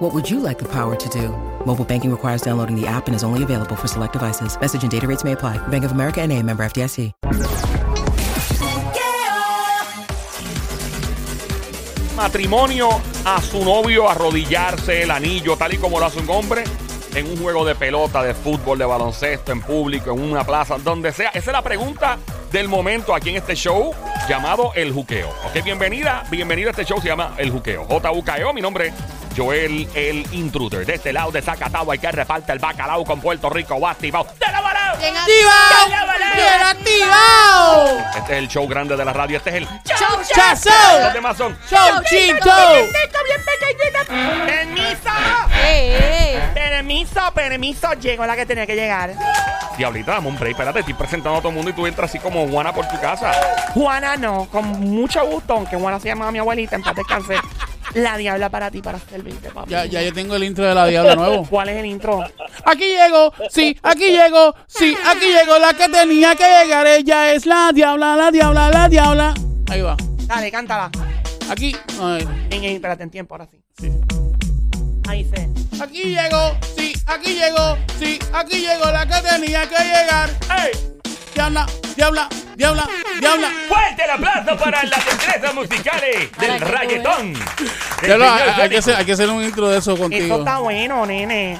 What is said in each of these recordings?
What would you like the power to do? Mobile banking requires downloading the app and is only available for select devices. Message and data rates may apply. Bank of America and a member FDIC. matrimonio a su novio arrodillarse el anillo, tal y como lo hace un hombre, en un juego de pelota, de fútbol, de baloncesto, en público, en una plaza, donde sea. Esa es la pregunta del momento aquí en este show llamado El Juqueo. Ok, bienvenida, bienvenido a este show, se llama El Juqueo. J.U.K.O., E mi nombre es Joel El Intruder. De este lado de Zacatau hay que reparte el bacalao con Puerto Rico, va activado. ¡De la mano! Bien activado, bien activado. Este es el show grande de la radio, este es el... Chau, Los chau, demás son... chau, chito. bien pequeñito. ¡Permiso! Permiso, permiso, llegó la que tenía que llegar. Diablita, dame un break, espérate, estoy presentando a todo el mundo y tú entras así como Juana por tu casa. Juana no, con mucho gusto, aunque Juana se llamaba mi abuelita, en paz descanse. La diabla para ti, para servirte, papi. Ya, ya yo tengo el intro de la diabla nuevo. ¿Cuál es el intro? Aquí llego, sí, aquí llego, sí, aquí llego la que tenía que llegar. Ella es la diabla, la diabla, la diabla. Ahí va. Dale, cántala. Aquí, ay, En, en- espérate, en tiempo, ahora sí. sí. Ahí se. Aquí llego, sí, aquí llego, sí, aquí llego la que tenía que llegar. ¡Ey! Diabla, diabla, diabla, diabla. ¡Fuerte el aplauso para las empresas musicales del rayetón! Diabla, hay, hay que hacer, hay que hacer un intro de eso Eso contigo. está bueno, nene.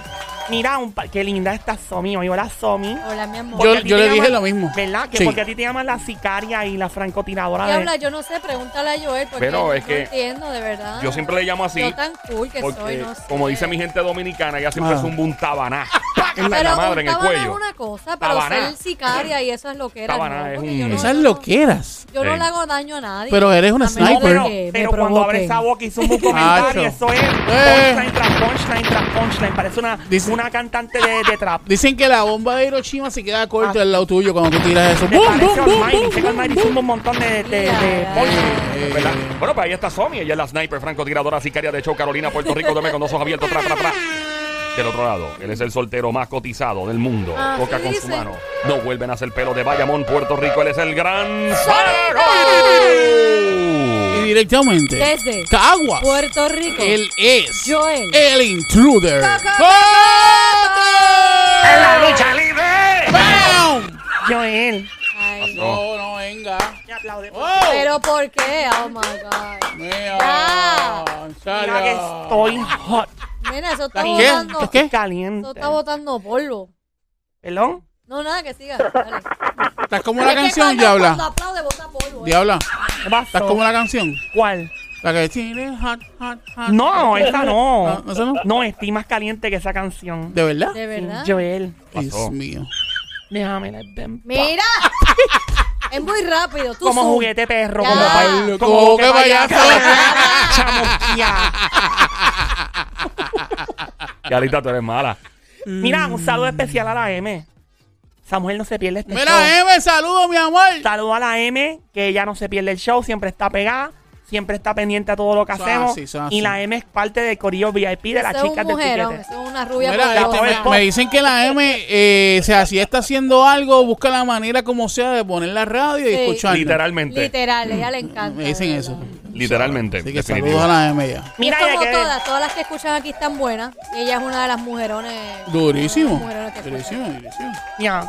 Mira, un pa- qué linda está Somi hoy. Hola, Somi. Hola, mi amor. Porque Yo, a ti yo te le dije llaman- lo mismo. ¿Verdad? Que Sí. porque a ti te llaman la sicaria y la francotiradora. ¿Qué de- habla? Yo no sé, pregúntale a Joel. Porque Pero no es que entiendo, de verdad. Yo siempre le llamo así. Yo tan cool que Porque, soy, no sé. como dice mi gente dominicana, ella siempre Ah. es un buntabaná. Ah, pero ¡Paca! la madre en el un tabana cuello. es una cosa, pero Tabana. ser sicaria y eso es lo que era. Tabana es un- yo no, Esas loqueras. Yo no Sí. le hago daño a nadie. Pero eres una A menos de sniper. que me Pero cuando abre provoquen. esa boca y zumba un comentario, Acho. eso es Eh. punchline tras punchline tras punchline. Parece una, Dice- una cantante de, de trap. Dicen que la bomba de Hiroshima se queda corta Ah. al lado tuyo cuando tú tiras eso. Te ¡Bum, bum, parece bum, Almighty. bum, Checa bum, Almighty, bum! zumba un montón de, de, de, de Ya. punchline. Eh, ¿Verdad? Bueno, pues ahí está Somi, ella es la sniper francotiradora sicaria de show Carolina, Puerto Rico, duerme con los ojos abiertos, tra, tra, tra. Del otro lado, él es el soltero más cotizado del mundo. Ah, Toca sí con su dicen. mano. No vuelven a hacer pelo de Bayamón, Puerto Rico. Él es el gran Y Sago. directamente. Desde Caguas. Puerto Rico. Él es. Joel. El intruder. Coco- ¡Coco! ¡En la lucha libre! ¡Bam! Joel. Ay, No, no, venga. ¡Oh! Pero ¿por qué? Oh, my God. Mira, Ya. en serio. Mira que estoy hot. Mira, eso está ¿Qué? botando. ¿Qué? ¿Qué? Eso Caliente. está botando polvo. ¿Pelón? No, nada, que siga. Dale. Estás como la Es que canción, cuando- Cuando Diabla. aplaude, bota polvo. eh. Diabla, ¿Qué estás pasó? como la canción. ¿Cuál? La que tiene hot, hot, hot. No, esa Ah, no. ¿Esa no? No, estoy más caliente que esa canción. ¿De verdad? ¿eh? De verdad. Joel, Dios mío. déjame la ven. Mira. es muy rápido. Tú Como sube. juguete perro, Ya. como Ay, baile. como Como que que payaso. payaso. Chamusquia. Carita, tú eres mala. Mm. Mira, un saludo especial a la M. Samuel no se pierde este show. Mira, eh. M, saludos, mi amor. Saludo a la M, que ella no se pierde el show, siempre está pegada, siempre está pendiente a todo lo que Eso hacemos. así, eso así. y la M es parte del corillo VIP de las Ese es chicas un del mujerón, piquete. ese es una rubia Mira, la este, voz me- del me, pop. dicen que la M, eh, o sea, si está haciendo algo, busca la manera como sea de poner la radio y Sí. escucharla. Literalmente. Literal, a ella le encanta. Mm, Me dicen de eso. verdad. Literalmente. Así que definitivo. saludos a la M ya. Mira, Y es ya como que- todas, todas las que escuchan aquí están buenas. Y ella es una de las mujerones. Durísimo. una de las mujerones que escuchan. Durísimo, durísimo. Ya.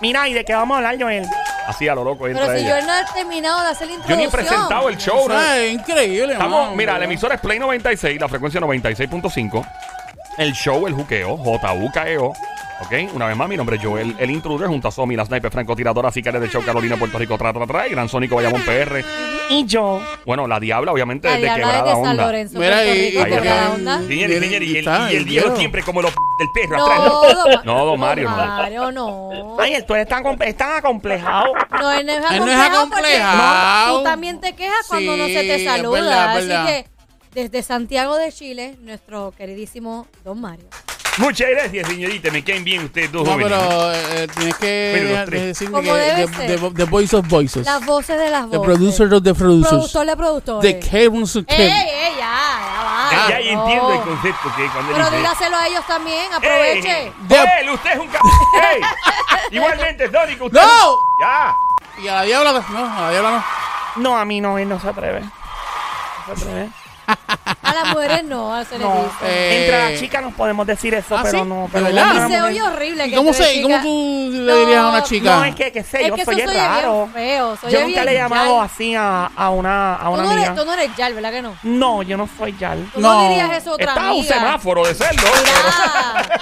Mira, ¿y de qué vamos a hablar, Joel? Así a lo loco entra Pero si ella. yo no he terminado de hacer la Yo introducción. ni he presentado el show. Oh, ¿no? Ah, es increíble, Estamos, mano, mira, la ¿verdad? emisora es Play 96, la frecuencia 96.5. El show, el juqueo, J-U-K-E-O. E Ok, una vez más, mi nombre es Joel, el intruder, junto a Somi, la sniper francotiradora, sicaria de show Carolina, Puerto Rico, tra, tra, tra, y Gran Sónico, Bayamón, PR. Y yo. Bueno, la diabla, obviamente, La desde diabla es quebrada de San onda. Lorenzo, Mira, Puerto y- Rico, Ahí quebrada está. onda. Señor, señor, y el, y el diablo siempre como los p- del perro No, atrás. don Ma- No, don Mario, no. Mario, no. Ay, el tú eres tan, comple- tan acomplejado. No, él no es Él no es acomplejado. porque acomplejado. no, tú también te quejas cuando Sí, no se te es saluda. verdad, es verdad. Así que desde Santiago de Chile, nuestro queridísimo Don Mario. Muchas gracias, señorita. Me caen bien ustedes dos No, jóvenes. pero eh, eh, tienes que Pero los dejar de tres. decirme Como que debe the, ser. the- the voice of voices. Las voces de las The voces. Pues producer of the producers. Productor de The productores. Cables of ¡Ey, Kim. ey, ya! ¡Ya va! Ya, ya no. entiendo el concepto que cuando él Pero dice, dígaselo a ellos también, ¡Ey! aproveche. Joel, usted es un c******. ¡Ey! Igualmente, Sonic, usted. ¡No! ¡Ya! Y a la diabla, no, a la diabla no. No, a mí no, él no se atreve. No se atreve. A las mujeres no, ah, se les No, dice. Eh, entre las chicas nos podemos decir eso, ¿Ah, pero sí? no. ¿De Pero verdad? una Y se mujer- oye horrible. ¿Y que cómo, entre se, y cómo chicas- tú No, le dirías a una chica? No, es que, qué sé, Es yo que eso soy se el oye bien raro. feo, se Yo oye nunca bien le he llamado yal. así a, a una, a Tú una no, amiga. eres, tú no eres Yal, ¿verdad que no? No, yo no soy Yal. Tú no, No. dirías eso a otra Está un amiga. semáforo de cerdo. Mira.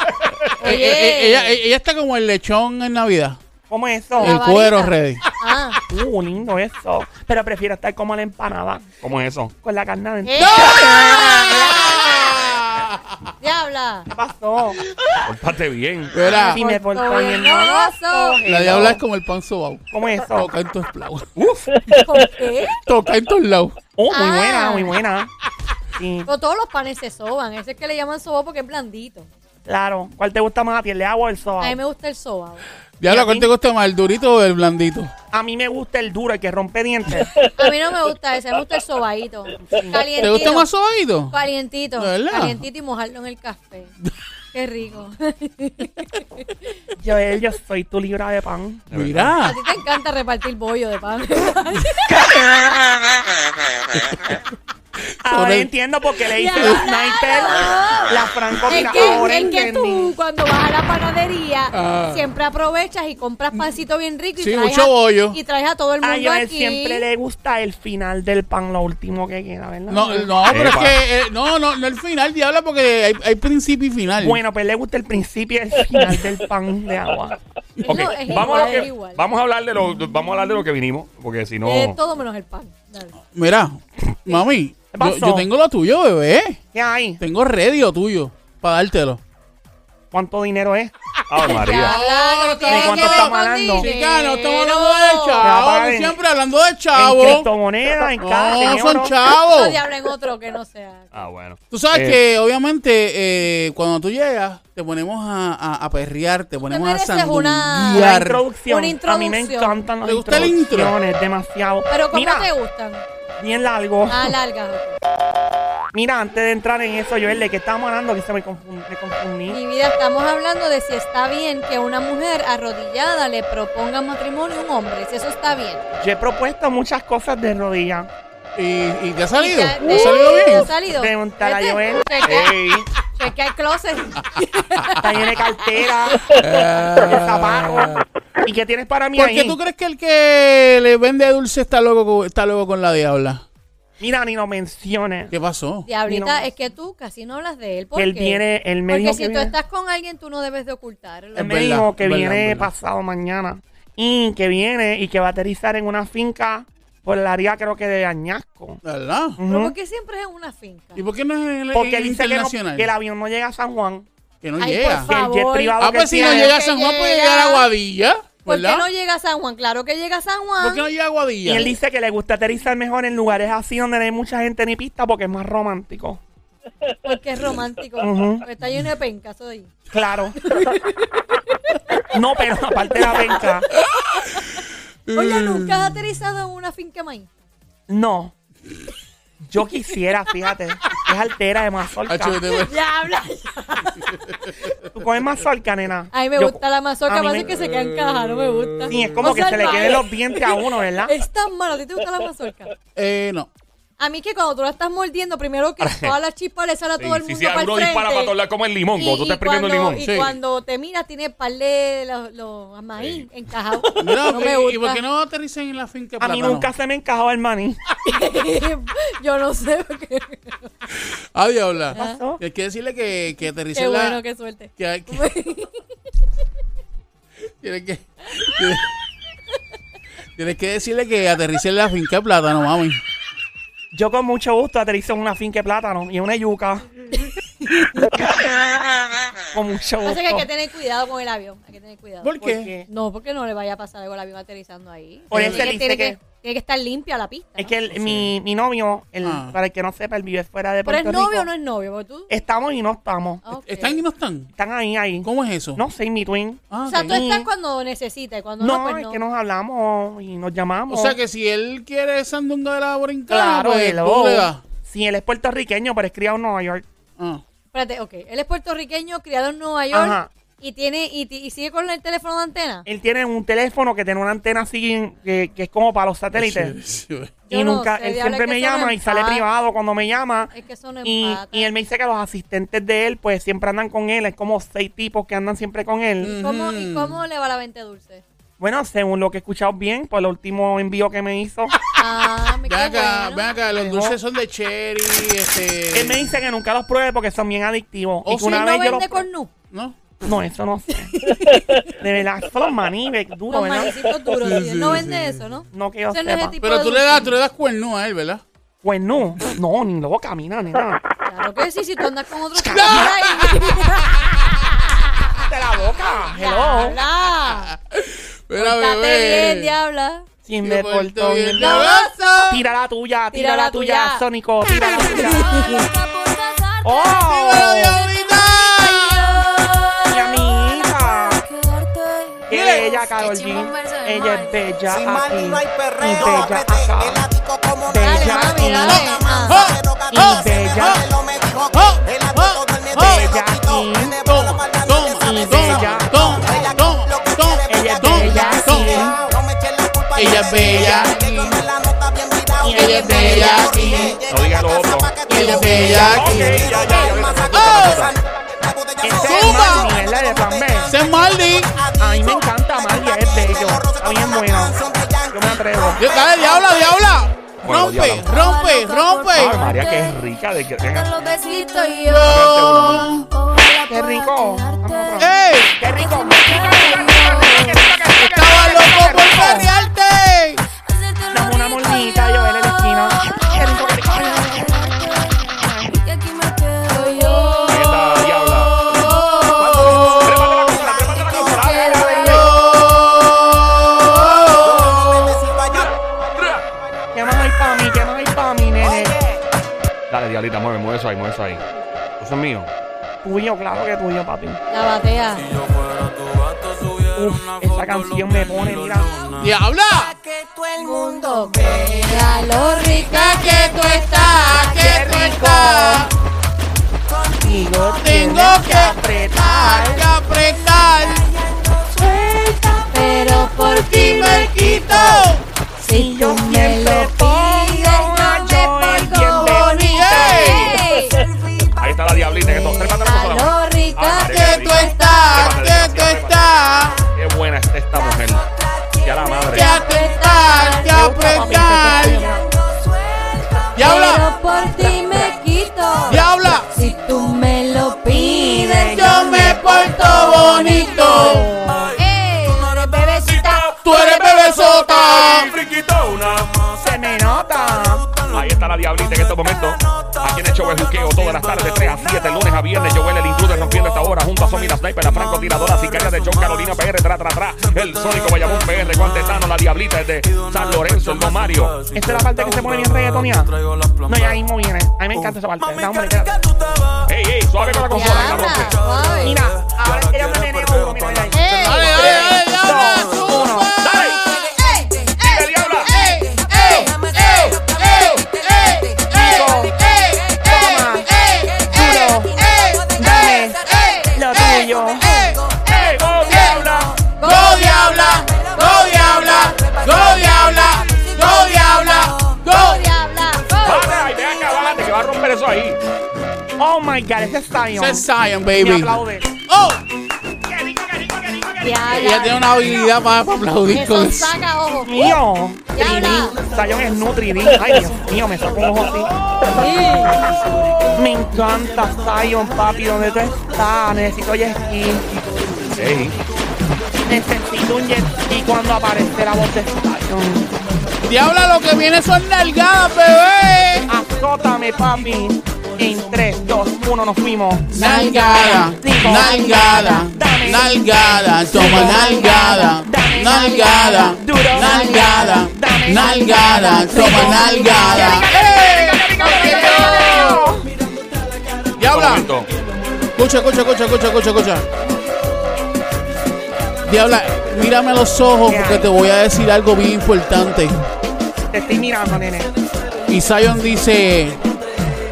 Eh, Oye. eh, ella, ella está como el lechón en Navidad. ¿Cómo es eso? La el varita. cuero ready. Ah. Uh, lindo eso. Pero prefiero estar como la empanada, ¿Cómo es eso? con la carne adentro. ¡Eh! Ah. ¡Diabla! ¿Qué pasó? Pórtate bien. Ah, Verá, Si me porto bien, no, hermoso. la diabla es como el pan sobao. Ah. ¿Cómo es eso? Toca en todos lados. Uf. ¿Con qué? Toca en todos lados. Oh, muy Ah. buena, muy buena. Sí, Pero todos los panes se soban. Ese es que le llaman soba porque es blandito. claro. ¿Cuál te gusta más a ti, el de agua o el A mí soba? me gusta el soba. Diabla, ¿Y a ¿cuál ti? te gusta más, el este durito o el blandito? A mí me gusta el duro, el que rompe dientes. A mí no me gusta ese, me gusta el sobaíto. Calientito. ¿Te gusta más sobadito? Calientito. ¿De verdad? Calientito y mojarlo en el café. Qué rico. Yo, eh, yo soy tu libra de pan. A Mira. ti te encanta repartir bollo de pan. Ahora Sobre- entiendo por qué le hice Ya. el sniper, la es francotiradora. que, Ahora es que entendí. tú cuando vas a la panadería Ah. siempre aprovechas y compras pancito bien rico y, Sí, traes, mucho a, bollo. y traes a todo el A mundo Joel aquí. Ah, siempre le gusta el final del pan, lo último que queda, ¿verdad? No, no, pero es Epa. que eh, no, no, no el final, diabla, porque hay, hay principio y final. Bueno, pues le gusta el principio y el final del pan de agua. Ok, No, vamos, es igual, a lo es que, igual. vamos a hablar de lo, vamos a hablar de lo que vinimos, porque si no. Eh, todo menos el pan. Dale. Oh, Mira, mami, ¿Qué yo, pasó? yo tengo lo tuyo, bebé. ¿Qué hay? Tengo redio tuyo para dártelo. ¿Cuánto dinero es? Ave ah, María. Habla, no no tiene estamos- ¿Cuánto que ver estamos con hablando? dinero. Chica, no estamos hablando de Ya, chavo, paren. siempre hablando de ¿En chavo. criptomonedas? ¿En cash? No, ¿En son oro? No chavos. diablo en otro que no sea. Ah, bueno. Tú sabes Eh, que obviamente eh, cuando tú llegas te ponemos a, a, a perrear, te ponemos a mereces una- Una sandunguear. introducción. Una A mí me introducción. encantan las ¿Te gusta el intro? introducciones, demasiado. Pero ¿cómo Mira, te gustan? bien largo. Ah, largas. Mira, antes de entrar en eso, Joel, ¿de qué estábamos hablando? Que se me confundí. Me confundí. Mi vida, estamos hablando de si está bien que una mujer arrodillada le proponga matrimonio a un hombre. Si eso está bien. Yo he propuesto muchas cosas de rodilla. ¿Y, y te ha salido? Ya- ¿Te ha salido ¿Te ha bien? salido? Pregúntale a Vete, Joel. Chequea, ey, chequea el closet. Está llena de cartera, de Ah. zapatos. ¿Y qué tienes para mí ¿Por ahí? qué tú crees que el que le vende dulce está loco, con- está loco con la diabla? Mira, ni lo menciones. ¿Qué pasó? Diablita, Mira. es que tú casi no hablas de él. ¿Por Que él qué? viene, él me Porque dijo si que tú viene- Eh, estás con alguien, tú no debes de ocultarlo. Él me verdad, dijo que es verdad, viene es verdad. pasado mañana. Y que viene y que va a aterrizar en una finca por la área creo que de Añasco. ¿Verdad? Pero porque siempre es en una finca. ¿Y por qué no es el, Porque el dice que, no- internacional? que el avión no llega a San Juan. Que no Ay, llega. por Que el jet favor. privado Ah, que pues si no tiene- llega a San Juan, puede llega. llegar a Aguadilla. ¿Por qué ¿Verdad? no llega a San Juan? Claro que llega a San Juan. ¿Por qué no llega a Y Aguadilla? él dice que le gusta aterrizar mejor en lugares así donde no hay mucha gente ni pista porque es más romántico. Porque es romántico. Porque Está lleno de pencas hoy. Claro. no, pero aparte de la penca. Eh. Oye, ¿nunca has aterrizado en una finca maíz? No. Yo quisiera, fíjate. Es altera de mazorca. Hacho, yo te- Ya habla. Tú comes mazorca, nena. A mí me Yo- gusta la mazorca, a mí pasa me- es que se queda en caja, no me gusta. Sí, es como O que sea, se le no, queden es- los dientes a uno, ¿verdad? Es tan malo, ¿a ti te gusta la mazorca? Eh, no. A mí que cuando tú la estás mordiendo, primero que todas las chispas le salen a todo el si mundo si para el algo frente. dispara para todos lados, como el limón, cuando tú estás exprimiendo el cuando- limón. y Sí. cuando te miras, tiene par de los, los maíz encajados. Mira, no ¿y- me ¿Y gusta. por qué no aterricen en la finca A mí Plátano? nunca se me encajó el maní. Yo no sé. por qué. Ah, diabla. pasó? Hay que decirle que, que aterricen Qué la- bueno, qué suerte. que- que- Tienes que... tienes- Tienes que decirle que aterricen en la finca de plátano, mami. Yo con mucho gusto aterrizo en una finca de plátano y una yuca. Con mucho gusto. Pasa que hay que tener cuidado con el avión. Hay que tener cuidado. ¿Por ¿Por qué? qué? No, porque no le vaya a pasar algo al avión aterrizando ahí. Por Tiene eso él que- dice tiene que- que tiene que estar limpia la pista. Es ¿no? que el- mi, mi novio, el, Ah. para el que no sepa, él vive fuera de Pero Puerto es novio Rico. o no es novio, porque tú. Estamos y no estamos. Ah, ok. Eh, ¿Están y no están? Están ahí, ahí. ¿Cómo es eso? No sé, in between. Ah, O sea, ok. tú estás cuando necesitas y cuando no, no, pues es no. que nos hablamos y nos llamamos. O sea que si él quiere sandunga de la borincana, claro, pues hello. tú le das. Sí, él es puertorriqueño, pero es criado en Nueva York. Ah. Espérate, ok. Él es puertorriqueño, criado en Nueva York Ajá. y tiene y, ti- y sigue con el teléfono de antena. Él tiene un teléfono que tiene una antena así en- que, que es como para los satélites. Yo Y no nunca, sé, él diablo, siempre es que me eso no llama y sale empata. privado cuando me llama. Es que eso no Y, empata. y él me dice que los asistentes de él, pues siempre andan con él. Es como seis tipos que andan siempre con él. ¿Cómo, ¿Y cómo le va la 20 dulce? Bueno, según lo que he escuchado bien, por el último envío que me hizo, Ah, me Ven queda acá, bueno. ven acá, los Llegó. dulces son de cherry, este... él me dice que nunca los pruebe porque son bien adictivos. Oh, y que sí, una Él vez no yo los vende prue- cornu. ¿No? No, eso no sé. De verdad, son los maní, ve, duro, Los ¿verdad? maicitos duros. Sí, sí, él sí, no sí, vende sí. eso, ¿no? No que yo Ese no es sepa. el tipo Pero de tú le dulce. das, tú le das cuerno a él, ¿verdad? Pues no, no, ni luego camina, ni nada. Claro que sí, si tú andas con otro. ¡No! ¡De la boca! ¡Hello! ¡Habla! Mira, Date bien, bebé. diabla. Si me porto bien, la abrazo. Tira la tuya, tira, Tira la, la tuya, tuya. Sónico, tira la tuya. ¡Dímelo, ¡Oh! diablita! Mi amiguita. Que ella, Carol G. chimbo un verso de Ella Mike. es bella aquí. Sin Mali no hay Y perreo, bella apreté el acá. ático como Bella nadie acá. más. Y Dale, loca mami, más, dale. Ah. Y pero gato, se me bella. bailó, me dijo que Ah. el ático todo el mundo se lo Bella quitó. aquí. Tiene Toma, bola maldad, no le toma, sabe si bella. sabe. toma, Ella toma, lo que toma. quiere, Ella es bella, bella quiere. aquí. No me eche la culpa, Ella ella es es bella bella. Que yo aquí. me la nota bien virado, Y que ella yo es me bella la aquí. corrige. Llega No diga a lo casa otro. pa' que te Ella es lo bella diga. aquí. Quiero Ok, ya, ya, ya. más aquí, Ah. pero me gusta ya Ese soy. es Zumba. Malvin, es la de Plan B. ¡Ese es Maldi! A mí me encanta Malvin, es bello. Está bien bueno. Yo me atrevo. Yo- Dale, diabla, diabla. Bueno, Rompe, diabla. rompe, rompe. Ay, ah, María, que es rica de que tenga- Yo- ¡Qué rico! Vamos a probar. ¡Ey! ¡Qué rico! ¡Estaba loco por perrearte! Dame una mordita, yo en la esquina. ¡Qué rico, qué rico! Ahí está la diabla. Prepárate la consola, prepárate la consola. Dale, dale, dale. ¿Qué más hay para mí? ¿Qué más hay para mí, nene? Dale, diablita, mueve, mueve eso ahí, mueve eso ahí. Eso es mío. Tuyo, claro que tuyo, papi. La batea. Uf, esa canción me pone, mira. ¡Diabla! mundo vea lo rica que tú estás, que tú estás. Digo, Tengo que apretar, que apretar. pero por Y ti me quito. si yo me lo pides yo te pongo bonito Ahí está la diablita. Que to- trépate la a consola. lo rica Ay, Que tú estás, que tú estás. Qué buena está esta mujer. Ya la madre. Que apretar, que apretar. Diabla, pero por ti me quito diabla. si tú me lo pides Yo me porto bonito. Ey, bebecita Tú eres bebesota. Se me nota. Ahí está la diablita en estos momentos. Aquí en el show de juqueo todas las tardes, de 3 a 7, lunes a viernes. Joel el intruder rompiendo esta hora junto a Somi la sniper, la francotiradora, sicaria de John Carolina PR, tra, tra, tra. El sónico Bayamón PR, Guantetano, la diablita es de San Lorenzo, el Don Mario. Esta es la parte que se pone bien reggaetonía. No, ya ahí mismo viene. A mí me encanta esa parte. Da, hombre, quédate. Ey, ey, suave con la consola, que la diabla rompe. suave Mira, ahora es que ya me meneo uno, mira, mira. ahí. Ey, Dale, dale, dale, diabla. Dos, zumba. uno. ¡Dale! ey, ¡Dile, diabla! Lo tuyo. ¡Ey, oh, diabla! Go diabla, go diabla, go diabla, go diabla, go. diabla ¡Bájate ahí, ve acá, bájate, que va a romper eso ahí! Oh my god, ese es Zion. Ese es Zion, Me baby. aplaude. Oh, Qué rico, qué rico, qué rico, qué rico. diabla ella tiene una habilidad para para aplaudir con Eso eso. saca ojo. Mío. Ya 3D. Zion es Nutri Ay, Dios mío, me sacó un ojo así. Me encanta Zion, papi, ¿dónde tú estás? Necesito jet ski. ¡Ey! Necesito un jet ski cuando aparece la voz de Zion. Diabla, lo que viene son nalgadas, bebé. Azótame, papi. En 3, 2, 1, nos fuimos. Nalgada, Cinco. nalgada, Dame. nalgada, toma nalgada, Dame. nalgada, Duro. nalgada, Dame. nalgada, toma Cinco. nalgada. Diabla, Momento. escucha, escucha, escucha, escucha, escucha, escucha. Diabla, mírame a los ojos porque te voy a decir algo bien importante. Te estoy mirando, nene. Y Zion dice,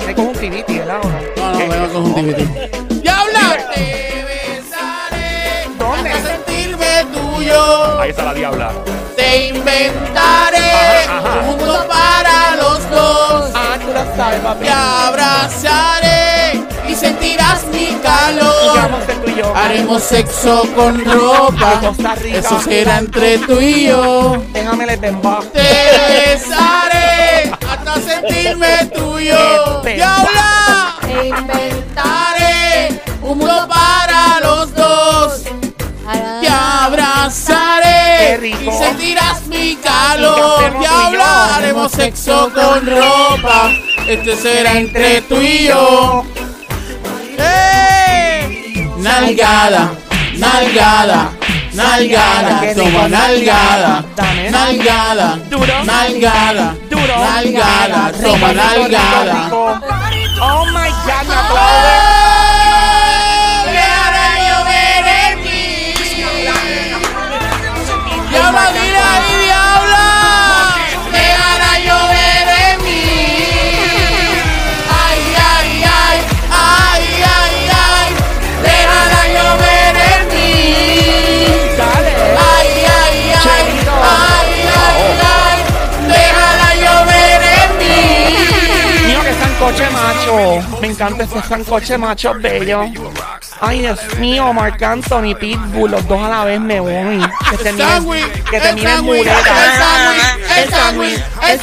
Me cojo un pibiti, ¿verdad? o no? No, no, vengo con un DVD. ¡Diabla! Te besaré ¿Dónde? hasta sentirme tuyo. Ahí está la diabla. Te inventaré Ajá, ajá. un mundo para los dos. Ah, tú lo sabes, papi. Te abrazaré y sentirás mi Y calor. vamos a ser tú y yo. Haremos sexo con ropa. Ay, Costa Rica. Eso será entre tú y yo. Déjame les demba. Te besaré hasta sentirme tuyo. Te ¡Diabla! Te Inventaré un mundo para los dos. Te abrazaré Qué rico. y sentirás mi ¿Y qué calor. hacemos Te tú y yo? hablaremos sexo con ropa. Este será entre tú y yo. ¡Ey! Nalgada, nalgada, nalgada. Qué Toma rico. nalgada, Dame. nalgada, Duro. nalgada, Duro. nalgada. Rico, Toma rico, rico, nalgada. rico. Oh my God, me aplaude. Le hará llover en ti. Diabla, mira ahí, diabla. Le hará llover en mí. Ay, ay, ay, ay, ay, ay. Le hará llover en mí. Dale. Ay, ay, ay, Chelito. ay, ay, ay. Le hará llover en mí. Mío, que sancoche macho. Me encanta este sancoche macho bello. Ay, Dios mío, Marc Anthony, Pitbull, los dos a la vez me voy. Que terminen, sándwich, que el terminen sándwich, muleta. el sándwich, el sándwich, el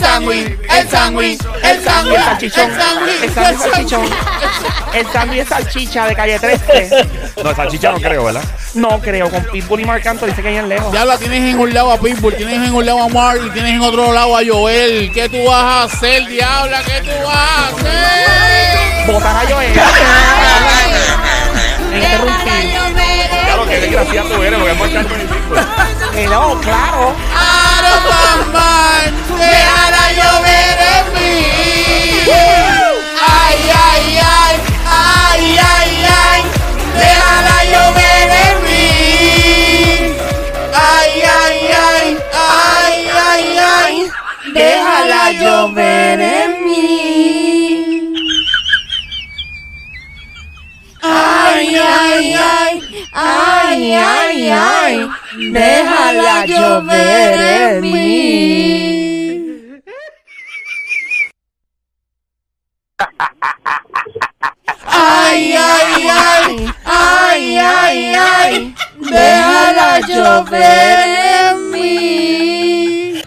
sándwich, el sándwich, el salchichón, el sándwich, el sándwich, el salchichón, el sándwich de salchicha de calle 13. No, esa chicha no creo, ¿verdad? No creo, con Pitbull y Marc Anthony, dice que bien lejos. Ya la tienes en un lado a Pitbull, tienes en un lado a Mark y tienes en otro lado a Joel. ¿Qué tú vas a hacer, diabla? ¿Qué tú vas a hacer? Votar a Joel. Interrumpir. Claro, que desgraciado tú eres, porque es marcando el pico. Hello, claro. Out of my mind, déjala llover en mí. Ay, ay, ay, ay, ay, ay, déjala llover en mí. Ay, ay, ay, ay, ay, ay, déjala llover en mí. Ay, ay, ay, ay, ay, ay, déjala llover en mí. Ay, ay, ay, ay, ay, ay, déjala llover en mí.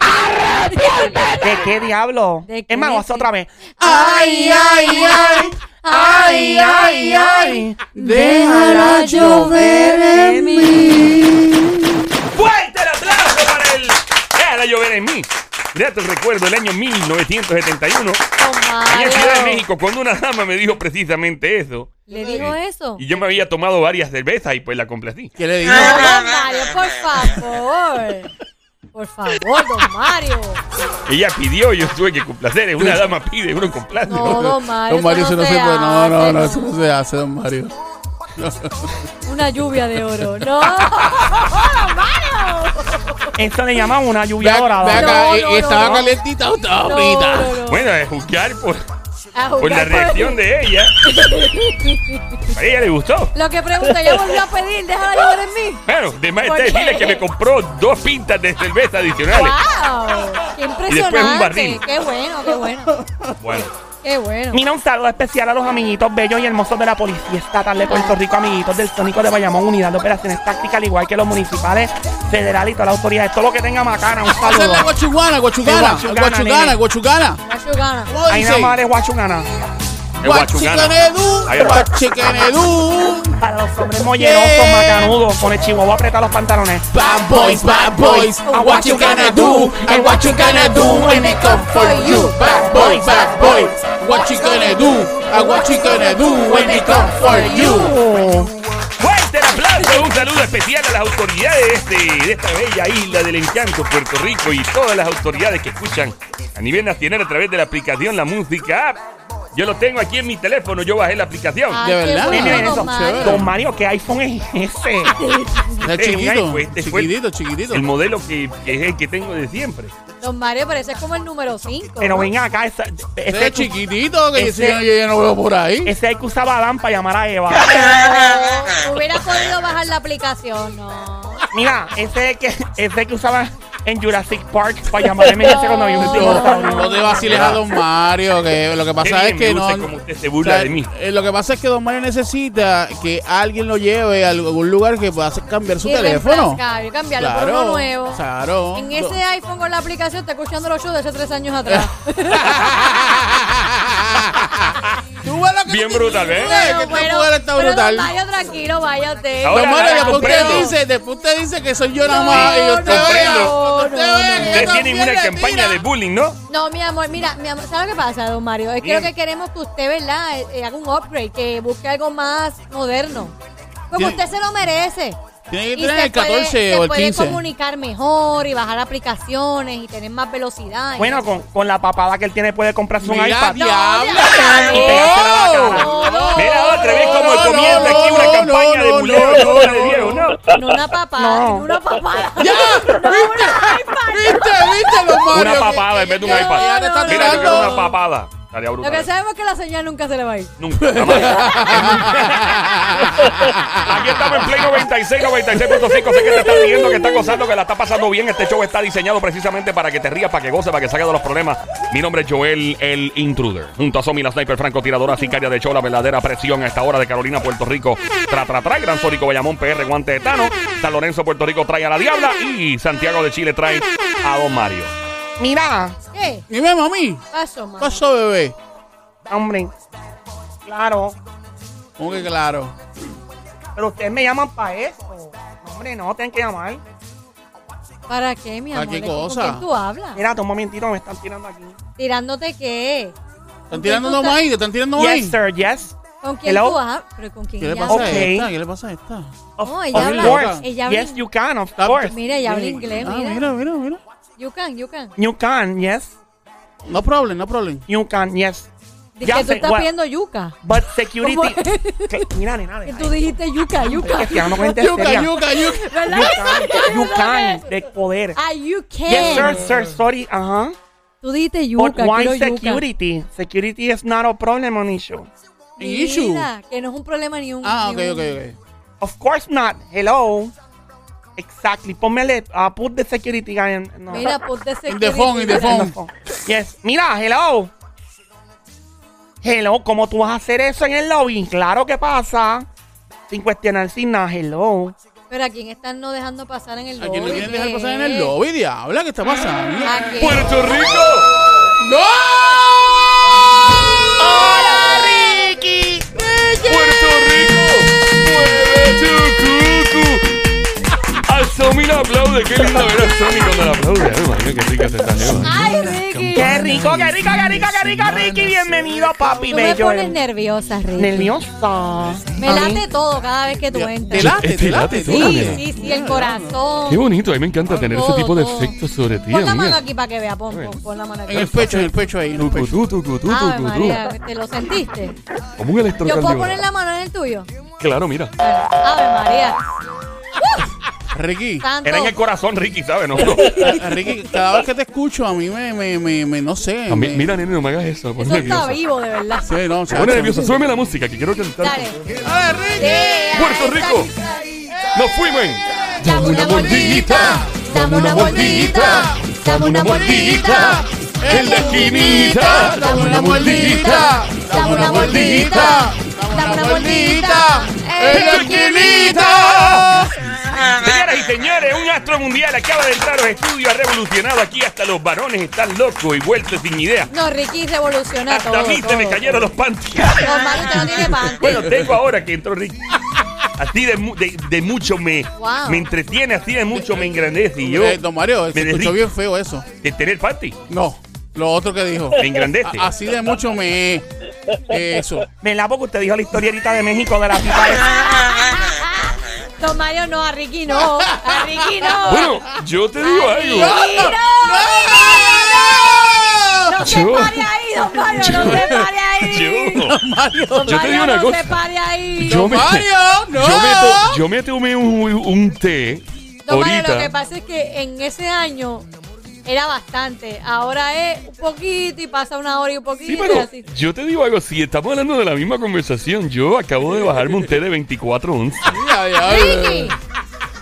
¿De qué diablo? ¿De qué? Es más, vamos a hacer otra vez. Ay, ay, ay, ay, ay, ay, déjala llover en mí. ¡Fuerte el aplauso para él! ¡Déjala llover en mí! Grato recuerdo el año 1971, allá en Ciudad de México, cuando una dama me dijo precisamente eso. ¿Le dijo eso? Y yo me había tomado varias cervezas y pues la complací. ¿Qué le digo? Don Mario, por favor. Por favor, don Mario. Ella pidió y yo tuve que complacer. Una dama pide, uno complace. No, don Mario. Don Mario, eso eso no se puede. No, no, no, eso hace, no se hace, don Mario. Una lluvia de oro. No, don Mario. Esto le llaman una Ve lluvia acá, ve dorada. acá, No, ¿y- no, y no, estaba no. calentita o estaba No, frita. no, Ah, no. Bueno, es juzgar por, A por la jugar reacción de ella. A ella le gustó. Lo que pregunta, ya volvió a pedir, déjala llover en mí. Claro, de más ¿Por está qué? decirle que me compró dos pintas de cerveza adicionales. ¡Wow! ¡Qué Y después un barril. impresionante! ¡Qué bueno, qué bueno! Bueno, ¡Qué bueno! Mira, un saludo especial a los amiguitos bellos y hermosos de la Policía Estatal de Puerto Rico, amiguitos del Sónico de Bayamón, Unidad de Operaciones Tácticas, al igual que los municipales, federales y todas las autoridades. Todo lo que tenga macana, un Esa es saludo. la guachugana, guachugana, Sí, guachugana, guachugana, nene. guachugana. Guachugana. ¿Cómo Ahí dice? nada más de Guachugana. El Guachungana. Guachiquenedú, Ahí va. guachiquenedú. Para los hombres mollerosos, Yeah. macanudos, con el chihuahua apretar los pantalones. Bad boys, bad boys, and what you gonna do? And what you gonna do when they come for you? Bad boys, bad boys, what you gonna do? And what you gonna do when they come for you? Fuerte el aplauso, un saludo especial a las autoridades de, de esta bella isla del encanto, Puerto Rico, y todas las autoridades que escuchan a nivel nacional a través de la aplicación La Música App. Yo lo tengo aquí en mi teléfono, yo bajé la aplicación. Ah, De qué verdad. bueno, Miren eso. don Mario. Don Mario, ¿qué iPhone es ese? Es Este es un chiquito, iPhone, este fue chiquitito, chiquitito. El modelo que, que es el que tengo de siempre. Don Mario parece como el número 5. Pero ven acá, esa- Ese ese, es chiquitito que ese- yo, yo ya no veo por ahí. ese hay que usaba a Adán para llamar a Eva. Hubiera podido bajar la aplicación, no. Mira, ese que, ese que usaba en Jurassic Park para llamar a emergencia cuando había un No, dinosaurio. no te vaciles a Don Mario, que lo que pasa Qué es bien que me gusta no. cómo usted se burla de mí. eh, Lo que pasa es que Don Mario necesita que alguien lo lleve a algún lugar que pueda hacer cambiar su Y teléfono. refrescar, cambiarlo por uno nuevo. Claro. En ese iPhone con la aplicación está escuchando los shows de hace tres años atrás. Tú ves lo que Bien tú- brutal, ¿eh? tú ves que esta mujer está pero brutal. Don Mario, tranquilo, váyate. Ahora, Don Mario, ahora después usted comprendo. dice, después usted dice que soy yo nada No, más. y usted no, vea, no, usted no, vea no. que yo Ustedes tienen también una le campaña tira. de bullying, ¿no? No, mi amor, mira, mi amor, ¿sabes lo que pasa, don Mario? Es que lo Mm. que queremos es que usted, ¿verdad? eh, eh, haga un upgrade, que busque algo más moderno. Porque Tiene- usted se lo merece. Tiene que Y tener se el 14 puede, o se el puede 15. comunicar mejor y bajar aplicaciones y tener más velocidad. Bueno, con, con la papada que él tiene puede comprarse un Mira, iPad. diablo. No, Y pegársela a la cara. No, no, Mira otra vez no, cómo no, comienza aquí una no, campaña no, de no, buleo no, contra de no, viejo, ¿no? No una papada, No. no una papada. ¡Ya! No una iPad. ¿Viste? ¿Viste los Mario? Una papada en vez de un ya- iPad. ya te está Mira, yo quiero tirando. una papada. Estaría Lo que brutal. sabemos es que la señal nunca se le va a ir. Nunca, jamás. Aquí estamos en Play 96, 96.5. Sé que te estás riendo, que estás gozando, que la está pasando bien. Este show está diseñado precisamente para que te rías, para que goces, para que salgas de los problemas. Mi nombre es Joel, el intruder. Junto a Somi, la sniper francotiradora, sicaria de show, la verdadera presión a esta hora de Carolina, Puerto Rico. Tra, tra, tra, Gran Sónico, Bayamón, PR, Guante de Tano. San Lorenzo, Puerto Rico, trae a la Diabla. Y Santiago de Chile trae a Don Mario. Mira, ¿Qué? Dime, mami. ¿Qué Pasó, mamá. pasó, bebé? hombre. Claro. ¿Cómo que claro? Pero ustedes me llaman para eso. No, Hombre, no, tienen que llamar. ¿Para qué, mi ¿Para amor? qué ¿Con cosa? quién tú hablas? Mira, toma un momentito, me están tirando aquí. ¿Tirándote qué? ¿Están tirando no maíz? ¿Están tirando Yes, maíz? sir, yes. ¿Con quién Hello? tú hablas? ¿Pero con quién ¿Qué le ella pasa habla? Ok. a esta? ¿Qué le pasa a esta? No, ella habla. course. Ella habla yes, en- you can, of Está- course. Mira, ella habla Mira, inglés, ah, mira. mira, mira, mira. You can, you can. You can, yes. No problem, no problem. You can, yes. Dice Ya que tú sé, estás what- pidiendo yuca. But security. ¿Cómo es? Que- Mira, nena, Que deja tú dijiste yuca, yuca. Es que no cuenta Yuca, seria. yuca, yuca. ¿Verdad? You can, de poder. Ah, you can. Yes, sir, sir, sorry, ajá. Tú dijiste But yuca, why quiero yuca. security? Security is not a problem on issue. Issue. Mira, que no es un problema ni un... Ah, ni ok, un- ok, ok. Of course not. Hello. Exactly. Pónmele, ah, put the security guy in. No. Mira, ponte ese... In the phone, in the In the phone. phone. Yes. Mira, hello. Hello, ¿cómo tú vas a hacer eso en el lobby? Claro que pasa. Sin cuestionar, sin nada. Hello. Pero a quién están no dejando pasar en el lobby. ¿A quién lo quieren dejar pasar en el lobby, diabla? ¿Qué está pasando? ¿A quién? ¡Puerto Rico! ¡No! ¡Hola, Ricky! ¡Puerto Rico! ¡Mueve tu cucu! A Somi la aplaude. Qué lindo ver a Somi cuando la aplaude. Ay, imagino que rica se está neva. Ay, Ricky. Qué rico, qué rico, qué rico, qué rico, Ricky. Bienvenido, papi Tú me bello. pones nerviosa, Ricky. Nerviosa. Me late todo cada vez que tú Te entras. late, Este te late late. todo, Sí, nena. sí, sí, el corazón. Qué bonito. A mí me encanta tener ese Todo, tipo de todo. efectos sobre ti, Pon la mano amiga. aquí para que vea, pon, pon, pon la mano aquí. En el pecho, en el pecho ahí, en el Tucu, pecho. tu, tucu, tu, Ave tucu, tu. María, ¿te lo sentiste? Como un Yo puedo poner electrocardiograma. la mano en el tuyo. Claro, mira. Ave María. Ricky, Tanto. Era en el corazón, Ricky, ¿sabes? No, no. Ricky, cada vez que te escucho a mí me, me, me, me no sé. A mí- me- Ah, Mira, nene, no me hagas eso. Me pone Eso está nerviosa. vivo, de verdad. Sí, no, Me pone nerviosa. Súbeme la música que quiero cantar. Dale. ¡Hola, Ricky! Yeah, Puerto esa- Rico. ¡Nos fuimos! en- Dame una mordidita, dame una mordidita, dame una mordidita. En la esquinita, dame una mordidita, dame una Eh, mordidita, dame una mordidita, en la esquinita. Señoras y señores, un astro mundial acaba de entrar a los estudios, ha revolucionado aquí hasta los varones están locos y vueltos sin idea. No, Ricky revolucionó Hasta todo. a mí se todo. me cayeron los panties. No, Mario, usted no tiene panty. Bueno, tengo ahora que entró Ricky. Así de, mu- de- de mucho me, Wow. me entretiene, así de mucho me engrandece. Y yo, Eh, don Mario, se me escuchó derrito. bien feo eso. de tener panty, No, lo otro que dijo. me engrandece. A- Así de mucho me... eh, Eso. ¿Verdad? Porque usted dijo la historia ahorita de México de la pipa esa. Don Mario, no, a Ricky no. A Ricky no. Bueno, yo te digo algo. Ricky, no. No se Yo- pare ahí, don Mario, no se pare ahí. Yo, Mario. yo Don te Mario, digo una no cosa. se pare ahí. Yo Don me- Mario, no. yo me, to- yo me tomé un, un té Don Mario, lo que ahorita. pasa es que en ese año era bastante. Ahora es un poquito y pasa una hora y un poquito Sí, y pero así. yo te digo algo, si estamos hablando de la misma conversación, yo acabo de bajarme un té de 24 onzas. Ay, ay, ay.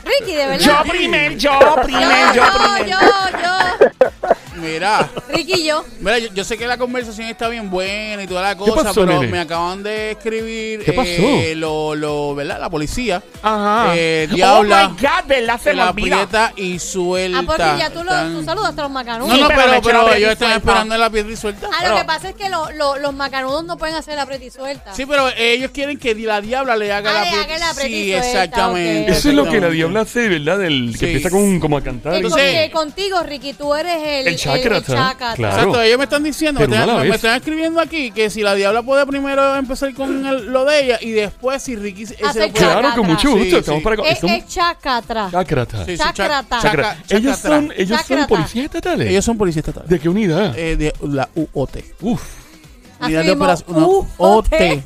Ricky, Ricky, de verdad. Yo primer, yo primer, yo yo, yo, primer. yo, yo. Mira, Ricky, yo. mira yo, yo sé que la conversación está bien buena y toda la cosa, pasó, pero nene? me acaban de escribir ¿Qué pasó? eh, lo, lo, ¿verdad? La policía. Ah, Ajá. Eh, Oh diabla. my God, ¿verdad? Se me la olvida. aprieta y suelta. Ah, porque ya tú, lo, Están- tú saludaste a los No, macanudos. no, Sí, pero pero, le echó la pero aprieta y ellos están suelta. esperando el aprieta y suelta. Ah, lo que pasa es que lo- lo- los macanudos no pueden hacer la preta y suelta. Sí, pero ellos quieren que la diabla le haga Ah, la le haga aprieta. el aprieta y Sí, suelta, exactamente. ok. Eso es lo que la exactamente. diabla hace, ¿verdad? Del que Sí. empieza con, como a cantar. que, con- entonces- que contigo, Ricky, tú eres el, El chakra, chakra. claro. Exacto, ellos me están diciendo, me Pero una a están, la me vez. están escribiendo aquí que si la diabla puede primero empezar con el- lo de ella y después si Ricky se Hace lo puede- Claro, Chacatra. con mucho gusto. Sí, estamos sí. para. Es, somos- es chacatra. Chacrata. Sí, sí, Chacrata. chaca- Chacra- chacatra. Ellos son, ellos son Chacrata. policías estatales. ellos son policías estatales. ¿De qué unidad? Eh, de la UOT. Uf. Así Unidad de mismo, Operaciones. no, UOT. OT.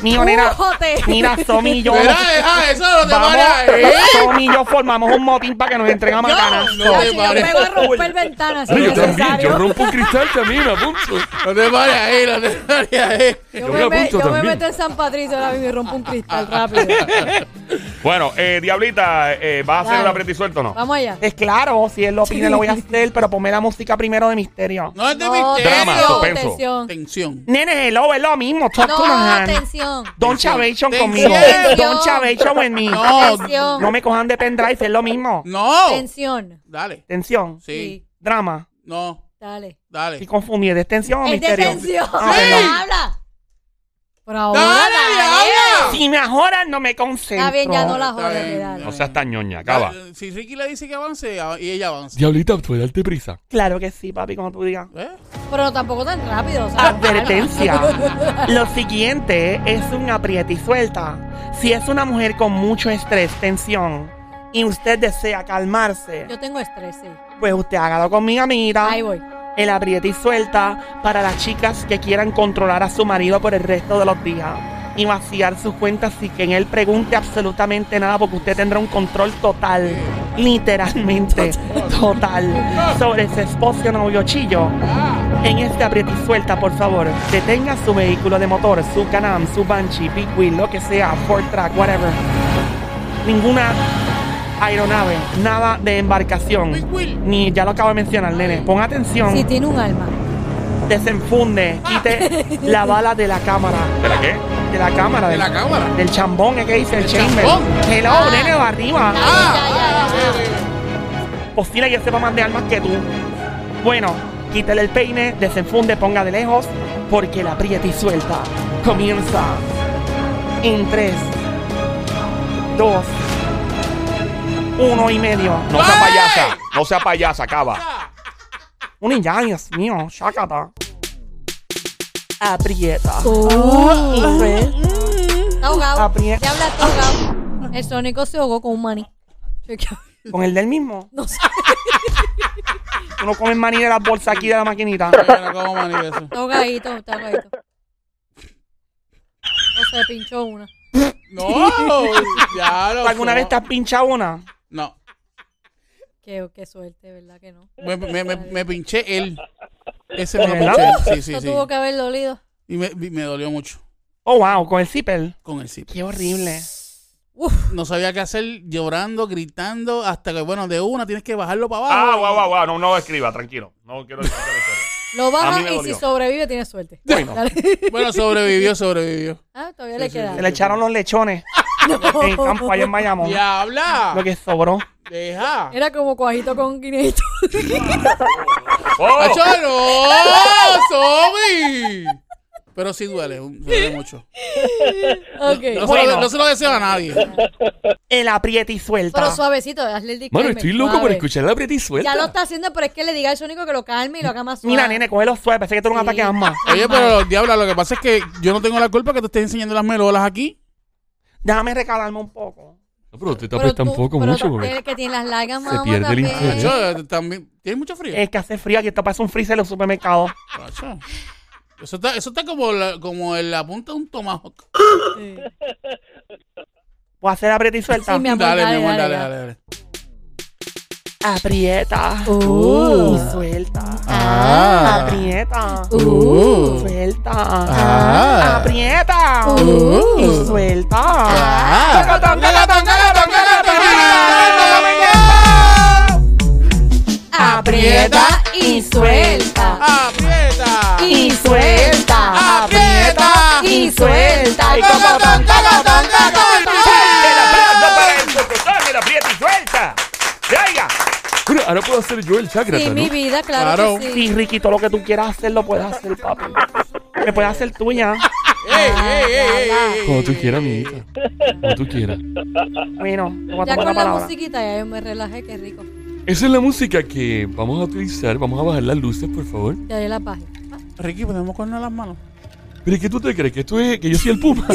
Mío, nena. Ujote. Mira, Somi y yo. Mira, eh, deja eso, no te pares. Vamos, ¿eh? Somi y yo formamos un motín para que nos entreguen a Macanas. No te Si yo pares. me voy a romper ventanas. si No, yo es también. necesario. Yo rompo un cristal también, a punto. No te pares ahí, no te pares ahí. Yo, Yo me, me me- apunto yo me también. meto en San Patricio ahora mismo y rompo un cristal rápido. Bueno, eh, Diablita, eh, ¿vas a hacer Dale. una preta y suelto o no? Vamos allá. Es claro, si él lo pide, lo voy a hacer, pero ponme la música primero de misterio. No es de No, misterio. Drama, tensión, suspenso. tensión. Tensión. Nene, hello, es lo mismo. Talk to No, my hand. tensión. Don Chavation Tensión. conmigo. Tensión. Don Chavation en mí. No. Tensión. No me cojan de pendrive, es lo mismo. No. Tensión. Dale. Tensión. Sí. Drama. No. Dale. Y Dale. confundí, ¿es tensión o Es de misterio? tensión. Ah, perdón. Habla. Por ahora. Dale, diabla. Si me ajoran, no me concentro. Está bien, ya no la Está jodes. bien. dale. No seas tan ñoña, acaba. Dale, Si Ricky le dice que avance a- y ella avanza. Diablita, tú darte prisa. Claro que sí, papi, como tú digas. ¿Eh? Pero tampoco tan rápido. o sea, Advertencia. calma. Lo siguiente es un apriete y suelta. Si es una mujer con mucho estrés, tensión, y usted desea calmarse, Yo tengo estrés, sí. pues usted hágalo con mi amiga. Ahí voy. El apriete y suelta para las chicas que quieran controlar a su marido por el resto de los días y vaciar sus cuentas sin que en él pregunte absolutamente nada porque usted tendrá un control total, literalmente total, sobre su esposo novio chillo. En este apriete y suelta, por favor, detenga su vehículo de motor, su Can-Am, su Banshee, Big Wheel, lo que sea, Ford Track, whatever. Ninguna aeronave, nada de embarcación. Big Wheel. Ni ya lo acabo de mencionar, nene. Pon atención, Si tiene un alma. desenfunde, quite la bala de la cámara. ¿Para qué? De la cámara, De del, la cámara. del chambón, es que dice el, chamber. chambón? Hello, Ah. nene, va arriba. Ya, ya, ya, ya, ya. Posible que sepa más de armas que tú. Bueno, quítale el peine, desenfunde, ponga de lejos, porque la aprieta y suelta. Comienza en 3, 2, 1 y medio. No sea payasa. No sea payasa, acaba. Un y ya, Dios mío, shakata. Aprieta. Oh. Y suelta. Está ahogado. Aprieta. Ya habla, está ahogado. El Sónico se ahogó con un maní. Con el del mismo. No sé. Tú no comes maní de las bolsas aquí de la maquinita. Yo no como maní de eso. Está ahogadito, está ahogadito. No se pinchó una. No. Ya lo. ¿Tú ¿Alguna vez te has pinchado una? No. Qué, qué suerte, ¿verdad que no? Me, me, me, me pinché él. Ese me lo ¿Verdad? pinché. Sí, sí, Eso sí. tuvo que haber dolido. Y me, y me dolió mucho Oh, wow, con el zipper. con el zip. Qué horrible. No sabía qué hacer, llorando, gritando, hasta que, bueno, de una tienes que bajarlo para abajo. Ah, guau, guau, guau. No, no escriba, tranquilo. No quiero decir la historia. Lo A baja mí me y si dolió. sobrevive tiene suerte. Dale. Bueno, sobrevivió, sobrevivió. Ah, todavía le sí, queda. Se le echaron los lechones. en el campo allá en Bayamón. Diabla. Lo que sobró. Deja. Era como cuajito con guineito. ¡Oh! ¡Acho, no! ¡Sobi! Pero sí duele, duele mucho. No, ok. se lo, Bueno. no se lo deseo a nadie. El apriete y suelta. Pero suavecito, hazle el Mano, disclaimer, estoy loco por suave. escuchar la aprieta y Ya lo suelta. está haciendo, pero es que le diga al Sónico que lo calme y lo haga más suave. Mira, nene, coge los suave. Pensé que tú eres un Sí. ataque asma. Oye, pero diabla, lo que pasa es que yo no tengo la culpa que te estés enseñando las melolas aquí. Déjame recalarme un poco. No, pero te Pero tapes Pues tú- tampoco pero eh, mucho, tú- porque el que tiene las largas, Se mamá, pierde el también. interés. Acho, eh, también. ¿Tienes mucho frío? Es que hace frío. Aquí esto parece un freezer en los supermercados. Acho. Eso está, eso está como, la, como en la punta de un tomahawk. Sí. Voy a hacer apriete y suelta. Sí, mi amor, Dale, mi amor, dale, dale, dale. dale. Aprieta. Uh. Y suelta. Ah. Aprieta. Uh. Suelta. Ah. Aprieta. Uh. Y suelta. Ah. Tocotón, tocotón, tocotón, tocotón. Aprieta y suelta. ¡Aprieta! uh, Y suelta. ¡Aprieta! Y suelta. Y tocotón, tocotón, tocotón. El aplauso para el tocotón, el aprieta y suelta. ¡Traiga! Bueno, ahora puedo hacer yo el chakra, Sí, ¿no? mi vida, claro, Claro. que sí. Sí, Ricky, todo lo que tú quieras hacer lo puedes hacer, papi. Me puedes hacer tuya. ¡Ey, ey, ey, ey, ey! Como tú quieras, amiguita. Como tú quieras. Bueno, te voy a Ya tomar con la la palabra. musiquita ya yo me relajé, qué rico. Esa es la música que vamos a utilizar. Vamos a bajar las luces, por favor. Ya haré la página. Ricky, ¿podemos correr las manos? ¿Pero es que tú te crees que esto es que yo soy el puma?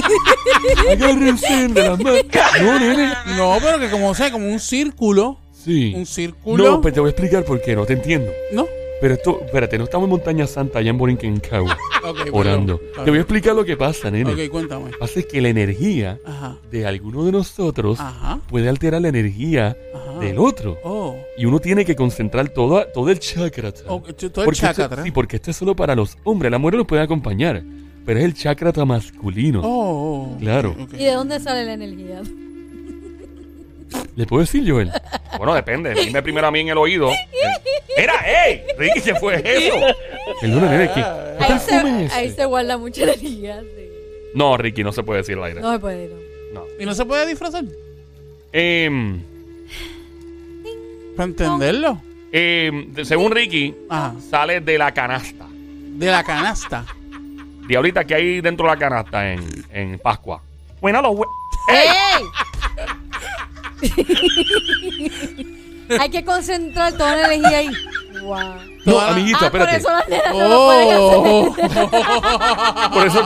Agárrense de las manos. No, nene. No, pero que como sea, como un círculo. Sí. Un círculo. No, pero te voy a explicar por qué. No te entiendo. ¿No? Pero esto, espérate, no estamos en Montaña Santa, allá en Borinquencagua, Ok, perdón. orando. Está Te voy a bien. explicar lo que pasa, nene. Ok, cuéntame. Hace que la energía Ajá. de alguno de nosotros Ajá. puede alterar la energía Ajá. del otro. Oh. Y uno tiene que concentrar todo, todo el chakra. Ok, todo el Porque esto- chakra. sí, porque esto es solo para los hombres. Las mujeres lo pueden acompañar. Pero es el chakra masculino. Oh. oh. Claro. Ok. ¿Y de dónde sale la energía? ¿Le puedo decir, Joel? Bueno, depende. Dime primero a mí en el oído. ¡Era, ey! Ricky, ¿qué fue eso? Perdona, nene, que... Ah. ¿Qué Ahí se, perfume es ahí este? se guarda mucha energía. sí. No, Ricky, no se puede decir al aire. No me puede ir. no. ¿Y no se puede disfrazar? Em, Para entenderlo. em, de- según Ricky, Ajá. sale de la canasta. De la canasta. Diablita, ¿qué hay dentro de la canasta en, en Pascua? Bueno, los hue- ¡Ey! Hay que concentrar toda la energía ahí. Wow. No, Toda- amiguita, Ah, por espérate. eso las nenas no lo pueden hacer. Oh. Por eso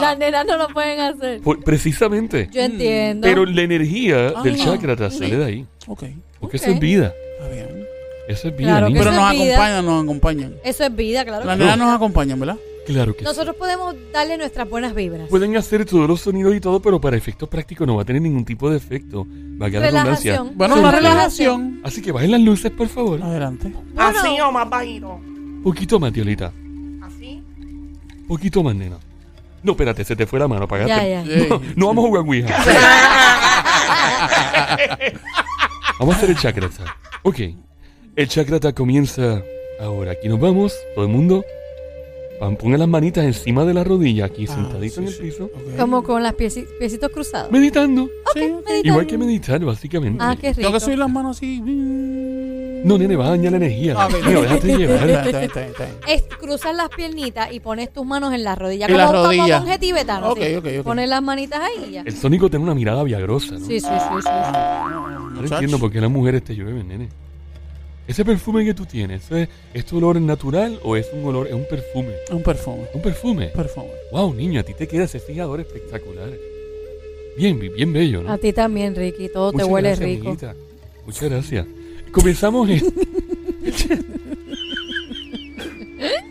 Las nenas no lo pueden hacer. por- precisamente. Mm, Yo entiendo. Pero la energía Ah, del chakra sí. sale de ahí. ok. Porque Ok. eso es vida. Está bien. Eso es vida, Claro que niña. Pero se nos olvida. acompañan, nos acompañan. Eso es vida, claro. Las que nenas nos acompañan, ¿verdad? Claro que sí. Nosotros podemos darle nuestras buenas vibras. Pues, Pueden hacer todos los sonidos y todo, pero para efectos prácticos no va a tener ningún tipo de efecto. Va a quedar redundancia. Relajación. Ah. Bueno, Sí. la relajación. Así que bajen las luces, por favor. Adelante. Bueno. así o más bajito. Poquito más, Diolita. Así. Poquito más, nena. No, espérate, se te fue la mano, apagaste. Ya, ya. Ey. No vamos a jugar Ouija. vamos a hacer el chakrata. Ok. El chakrata comienza ahora. Aquí nos vamos, todo el mundo. Pam, pongan las manitas encima de la rodilla, aquí Ah, sentadito sí, en el sí. piso. Ok. Como con las pieci- piecitos cruzados. Meditando. Sí, Meditando. Igual que meditar, básicamente. Ah, qué rico. Tengo que subir las manos así. No, No, nene, vas a dañar la energía. Ah, ok. Mira, déjate llevar. Está bien, está bien, está bien, está bien. Es cruzar las piernitas y pones tus manos en las rodillas. En como las como rodillas. monje tibetano. Ok, sí. ok, ok. Pones las manitas ahí y ya. El sónico tiene una mirada viagrosa, ¿no? Sí, sí, sí, sí. sí. No Muchacho. entiendo por qué las mujeres te llueven, nene. Ese perfume que tú tienes, ¿eso ¿es, ¿es tu olor natural o es un olor, es un perfume? Un perfume. Un perfume. Un perfume. Wow, niño, a ti te queda ese fijador espectacular. Bien, bi- bien bello, ¿no? A ti también, Ricky. Todo Muchas te huele gracias, rico. amiguita. Muchas gracias. Comenzamos en...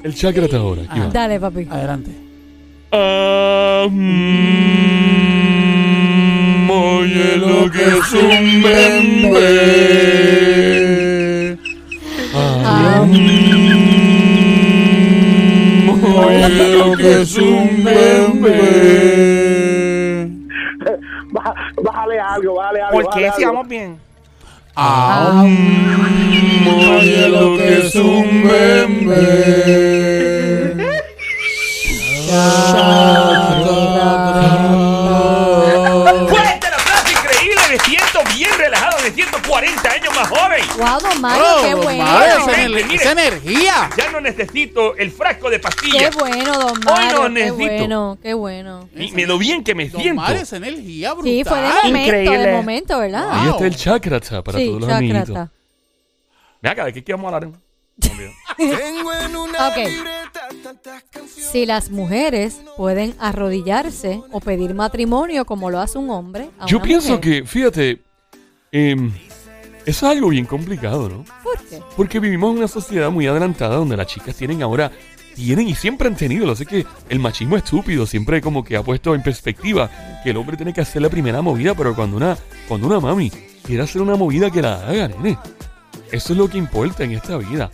El chakra está ahora. Aquí va. Dale, papi. Adelante. Ah, Oye lo que es un bebé. Oye Ah. lo que es un bebé. Bájale algo, bájale algo. ¿Por qué si vamos bien? Oye lo que es un bebé. ¡Fuerte el aplauso Ah, Oh, qué bueno. Madre, esa, Mire, ener- mire. esa energía. Ya no necesito el frasco de Qué pastillas. bueno, don Hoy Mario. lo qué necesito. bueno, qué bueno. Y me lo bien que me Don siento. Mario, esa energía brutal. Sí, fue de momento, Increíble. de momento, ¿verdad? Wow. Ahí está el chakrata para sí, todos los amiguitos. chakrata. Mira acá, ¿de qué vamos a hablar? Me olvidé. Tengo en una Ok. libreta tantas canciones. Si las mujeres pueden arrodillarse o pedir matrimonio como lo hace un hombre. Ah, a Yo una pienso mujer, que, fíjate, em, eso es algo bien complicado, ¿no? ¿Por qué? Porque vivimos en una sociedad muy adelantada donde las chicas tienen ahora, tienen y siempre han tenido, lo sé que el machismo estúpido siempre como que ha puesto en perspectiva que el hombre tiene que hacer la primera movida, pero cuando una, cuando una mami quiere hacer una movida que la haga, nene. Eso es lo que importa en esta vida.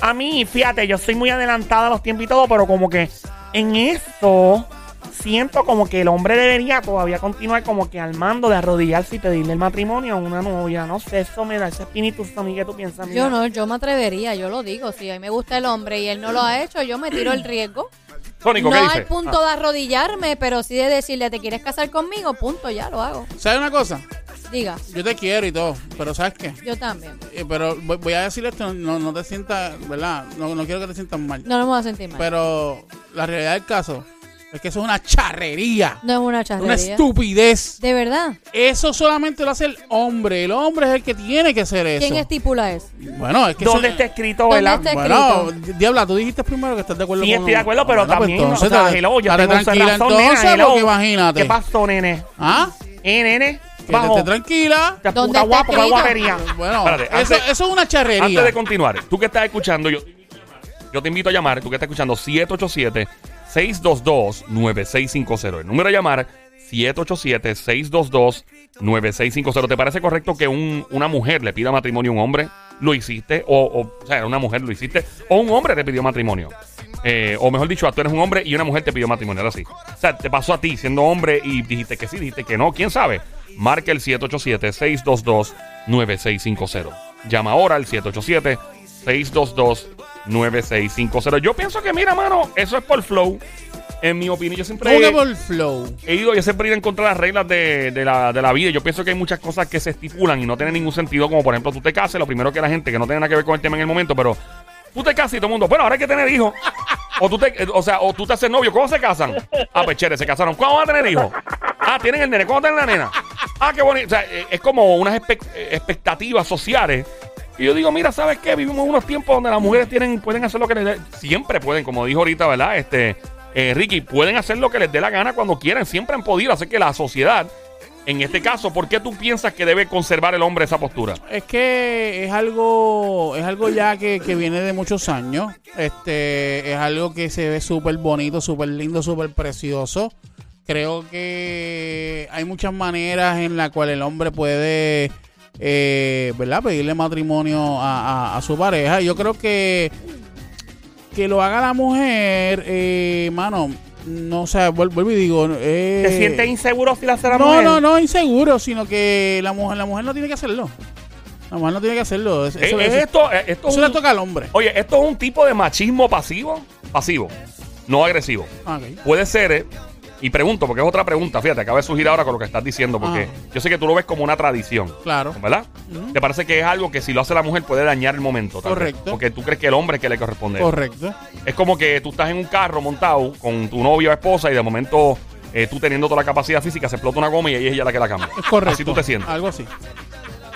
A mí, fíjate, yo soy muy adelantada a los tiempos y todo, pero como que en esto siento como que el hombre debería todavía continuar como que al mando de arrodillarse y pedirle el matrimonio a una novia. No sé, eso me da ese espíritu, Sammy, que tú piensas. mira? Yo no, yo me atrevería, yo lo digo. Si a mí me gusta el hombre y él no lo ha hecho, yo me tiro el riesgo. Sónico, no ¿qué al dices? punto Ah. de arrodillarme, pero sí de decirle, ¿te quieres casar conmigo? Punto, ya lo hago. ¿Sabes una cosa? Diga, Yo te quiero y todo, pero ¿sabes qué? yo también. Eh, pero voy, voy a decir esto, no, no te sientas, ¿verdad? No, no quiero que te sientas mal. No nos vamos a sentir mal. Pero la realidad del caso es que eso es una charrería, no es una una charrería. estupidez. De verdad. Eso solamente lo hace el hombre. El hombre es el que tiene que hacer eso. ¿Quién estipula eso? Bueno, es que ¿Dónde eso- está escrito, ¿Dónde verdad? está Bueno, escrito? Diabla, tú dijiste primero que estás de acuerdo Sí, con estoy de acuerdo, pero Bueno, pues también, entonces, o sea, dale- hello, yo dale tengo esa tranquila razón, nena, entonces, hello. porque imagínate. ¿Qué pasó, nene? ¿Ah? ¿Eh, nene? Que Bajo. esté tranquila. Te ¿Dónde puta está guapo, qué escrito? guapería. Bueno, Espérate, eso, antes- eso es una Antes charrería. de continuar, tú que estás escuchando, yo, yo te invito a llamar, tú que estás escuchando, 787-622-9650. El número a llamar, 787-622-9650. ¿Te parece correcto que un- una mujer le pida matrimonio a un hombre? ¿Lo hiciste? O, o, o sea, una mujer lo hiciste. O un hombre te pidió matrimonio. Eh, o mejor dicho, tú eres un hombre y una mujer te pidió matrimonio. Ahora sí. O sea, te pasó a ti siendo hombre y dijiste que sí, dijiste que no. ¿Quién sabe? Marca el 787-622-9650. Llama ahora al 787-622-9650. Yo pienso que, mira, mano, eso es por flow. En mi opinión, yo siempre ¿Cómo que por flow? he ido, yo siempre he ido en contra de las reglas de, de la, de la vida. Yo pienso que hay muchas cosas que se estipulan y no tienen ningún sentido, como por ejemplo tú te cases, lo primero que la gente, que no tiene nada que ver con el tema en el momento, pero tú te casas y todo el mundo, bueno, ahora hay que tener hijos. O tú te, eh, o sea, o tú te haces novio, ¿cómo se casan? Ah, pues chévere, se casaron. ¿Cuándo van a tener hijos? Ah, tienen el nene, ¿cuándo tienen la nena? Ah, qué bonito. O sea, eh, es como unas espe- eh, expectativas sociales. Y yo digo, mira, ¿sabes qué? Vivimos unos tiempos donde las mujeres tienen, pueden hacer lo que les dé. Siempre pueden, como dijo ahorita, ¿verdad? Este, eh, Ricky, pueden hacer lo que les dé la gana cuando quieran. Siempre han podido. Así que la sociedad, en este caso, ¿por qué tú piensas que debe conservar el hombre esa postura? Es que es algo, es algo ya que, que viene de muchos años. Este, es algo que se ve súper bonito, súper lindo, súper precioso. Creo que hay muchas maneras en las cuales el hombre puede, eh, ¿verdad? Pedirle matrimonio a, a- a su pareja. Yo creo que que lo haga la mujer, eh, mano, no sé, vuel- vuelvo y digo, eh, ¿Te sientes inseguro si la hace la no, mujer? no, no, inseguro, sino que la mujer, la mujer no tiene que hacerlo. La mujer no tiene que hacerlo. Eso, eso- Eh, es eso- esto, eh, esto es eso le un- toca al hombre. Oye, esto es un tipo de machismo pasivo. Pasivo, no agresivo. Ah, ok. Puede ser, eh, y pregunto, porque es otra pregunta, fíjate, acaba de surgir ahora con lo que estás diciendo, porque Ah. yo sé que tú lo ves como una tradición. Claro. ¿Verdad? ¿Te parece que es algo que si lo hace la mujer puede dañar el momento? tal vez? Correcto. Porque tú crees que el hombre es que le corresponde. Correcto. Es como que tú estás en un carro montado con tu novia o esposa y de momento eh, tú teniendo toda la capacidad física se explota una goma y ella es ella la que la cambia. Es correcto. Así tú te sientes. Algo así.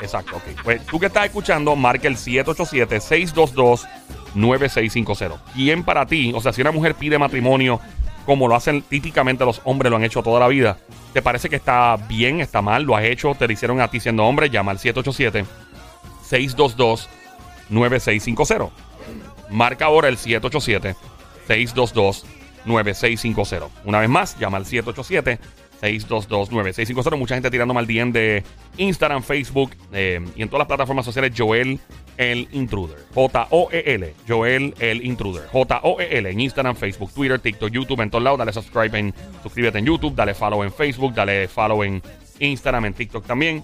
Exacto, ok. Pues tú que estás escuchando, marca el 787-622-9650. ¿Quién para ti, o sea, si una mujer pide matrimonio, como lo hacen típicamente los hombres, lo han hecho toda la vida, ¿te parece que está bien, está mal, lo has hecho, te lo hicieron a ti siendo hombre? Llama al 787-622-9650. Marca ahora el 787-622-9650. Una vez más, llama al 787-622-9650. Mucha gente tirando mal DM de Instagram, Facebook eh, y en todas las plataformas sociales. Joel el Intruder. J-O-E-L. Joel el Intruder. J-O-E-L en Instagram, Facebook, Twitter, TikTok, YouTube, en todos lados. Dale subscribe en, suscríbete en YouTube, dale follow en Facebook, dale follow en Instagram, en TikTok también.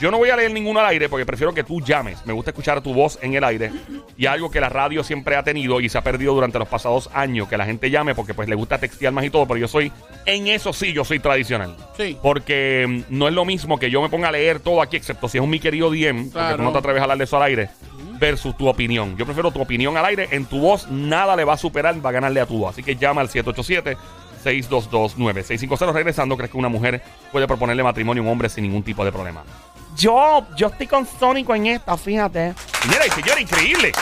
Yo no voy a leer ninguno al aire porque prefiero que tú llames. Me gusta escuchar tu voz en el aire. Y algo que la radio siempre ha tenido y se ha perdido durante los pasados años, que la gente llame porque pues le gusta textear más y todo, pero yo soy, en eso sí, yo soy tradicional. Sí. Porque mm, no es lo mismo que yo me ponga a leer todo aquí, excepto si es un mi querido DM, porque Claro. tú no te atreves a hablar de eso al aire. versus tu opinión. Yo prefiero tu opinión al aire. En tu voz nada le va a superar, va a ganarle a tu voz. Así que llama al 787-622-9650. Regresando, ¿crees que una mujer puede proponerle matrimonio a un hombre sin ningún tipo de problema? Yo, yo estoy con Sónico en esta, fíjate. Señora y señora, increíble.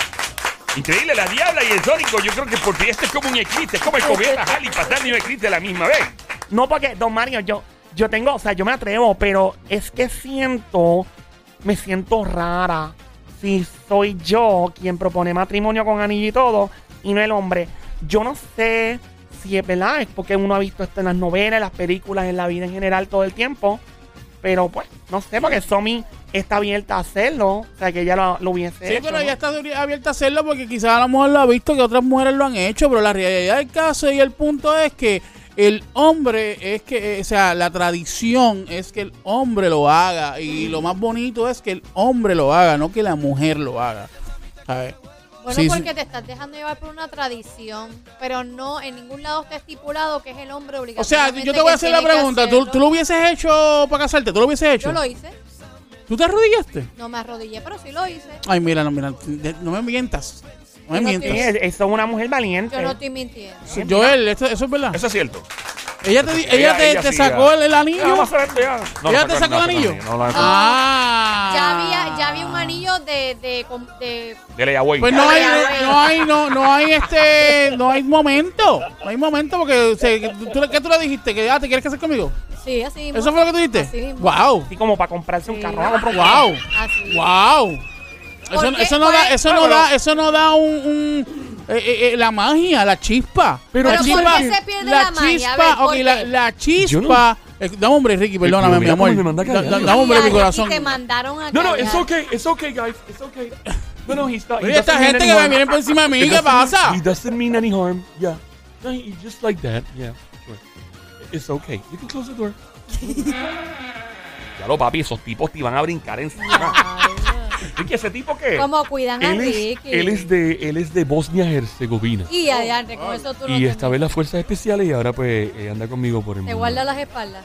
Increíble, la diabla y el sónico. Yo creo que porque este es como un eclipse, es como el comer y pasar y un eclipse a la misma vez. No, porque, don Mario, yo, yo tengo, o sea, yo me atrevo, pero es que siento, me siento rara si soy yo quien propone matrimonio con anillo y todo, y no el hombre. Yo no sé si es verdad, es porque uno ha visto esto en las novelas, en las películas, en la vida en general todo el tiempo, pero pues, no sé, porque Somi está abierta a hacerlo, o sea, que ella lo, lo hubiese Sí, hecho, pero ¿no? ella está abri- abierta a hacerlo porque quizás a lo mejor lo ha visto que otras mujeres lo han hecho, pero la realidad del caso y el punto es que el hombre es que, eh, o sea, la tradición es que el hombre lo haga y lo más bonito es que el hombre lo haga, no que la mujer lo haga. A ver. Bueno, Sí, sí. porque te estás dejando llevar por una tradición, pero no en ningún lado está estipulado que es el hombre obligado. O sea, yo te voy a hacer la pregunta, ¿Tú, tú lo hubieses hecho para casarte? ¿Tú lo hubieses hecho? Yo lo hice, ¿Tú te arrodillaste? no me arrodillé, pero sí lo hice. Ay, mira, no, mira, de- no me mientas. No me Yo no Sí, mientas. es- eso es una mujer valiente. Yo no estoy mintiendo. Joel, esto- eso es verdad. Eso es cierto. Ella te, di- Ella- ella te, ella te sí, sacó ya. el, el anillo. Vamos a ver, ya. No, ¿Ella no, te no, sacó no, el anillo? No, no, no. Ah. Ya había, ya había un anillo de, de, com- de- Dele ya, güey. Pues no hay, Ya, ya. no hay, no, no hay este, no hay momento, no hay momento porque se, tú, le- ¿qué tú le dijiste? Que ah, te quieres casar conmigo. Sí, así mismo. Eso fue lo que tú dijiste. Así mismo. Wow, Así como para comprarse un Sí. carro. vamos a comprar un- wow, Así mismo. wow. Eso, ¿Por qué? eso no da, Pues, eso no da, eso no da un, un- eh, eh, eh, la magia, la chispa. Pero la ¿por qué se pierde la magia? A ver, chispa, ¿por ok, la, qué? la Yo chispa. no- Eh, Dame hombre, Ricky, pero perdóname, mi mira amor. cómo me manda a Da- da- callar. Dame hombre, Y mi aquí corazón. te mandaron a No, no, callar. it's okay, it's okay, guys, it's okay. No, no, tá, he's not. he Oye, esta doesn't mean gente any que me harm. viene por encima de He mí, ¿qué doesn't pasa? mean- He doesn't mean any harm. Yeah. No, he just like that. Yeah. Sure. It's okay. You can close the door. Ya lo, papi, esos tipos te van a brincar encima. ¿Y que ese tipo qué? Como cuidan a Él Ricky. es, él es de, él es de Bosnia Herzegovina. Y adelante, con eso tú no Y te esta vez las fuerzas especiales y ahora pues eh, anda conmigo por el Te mundo. guarda las espaldas.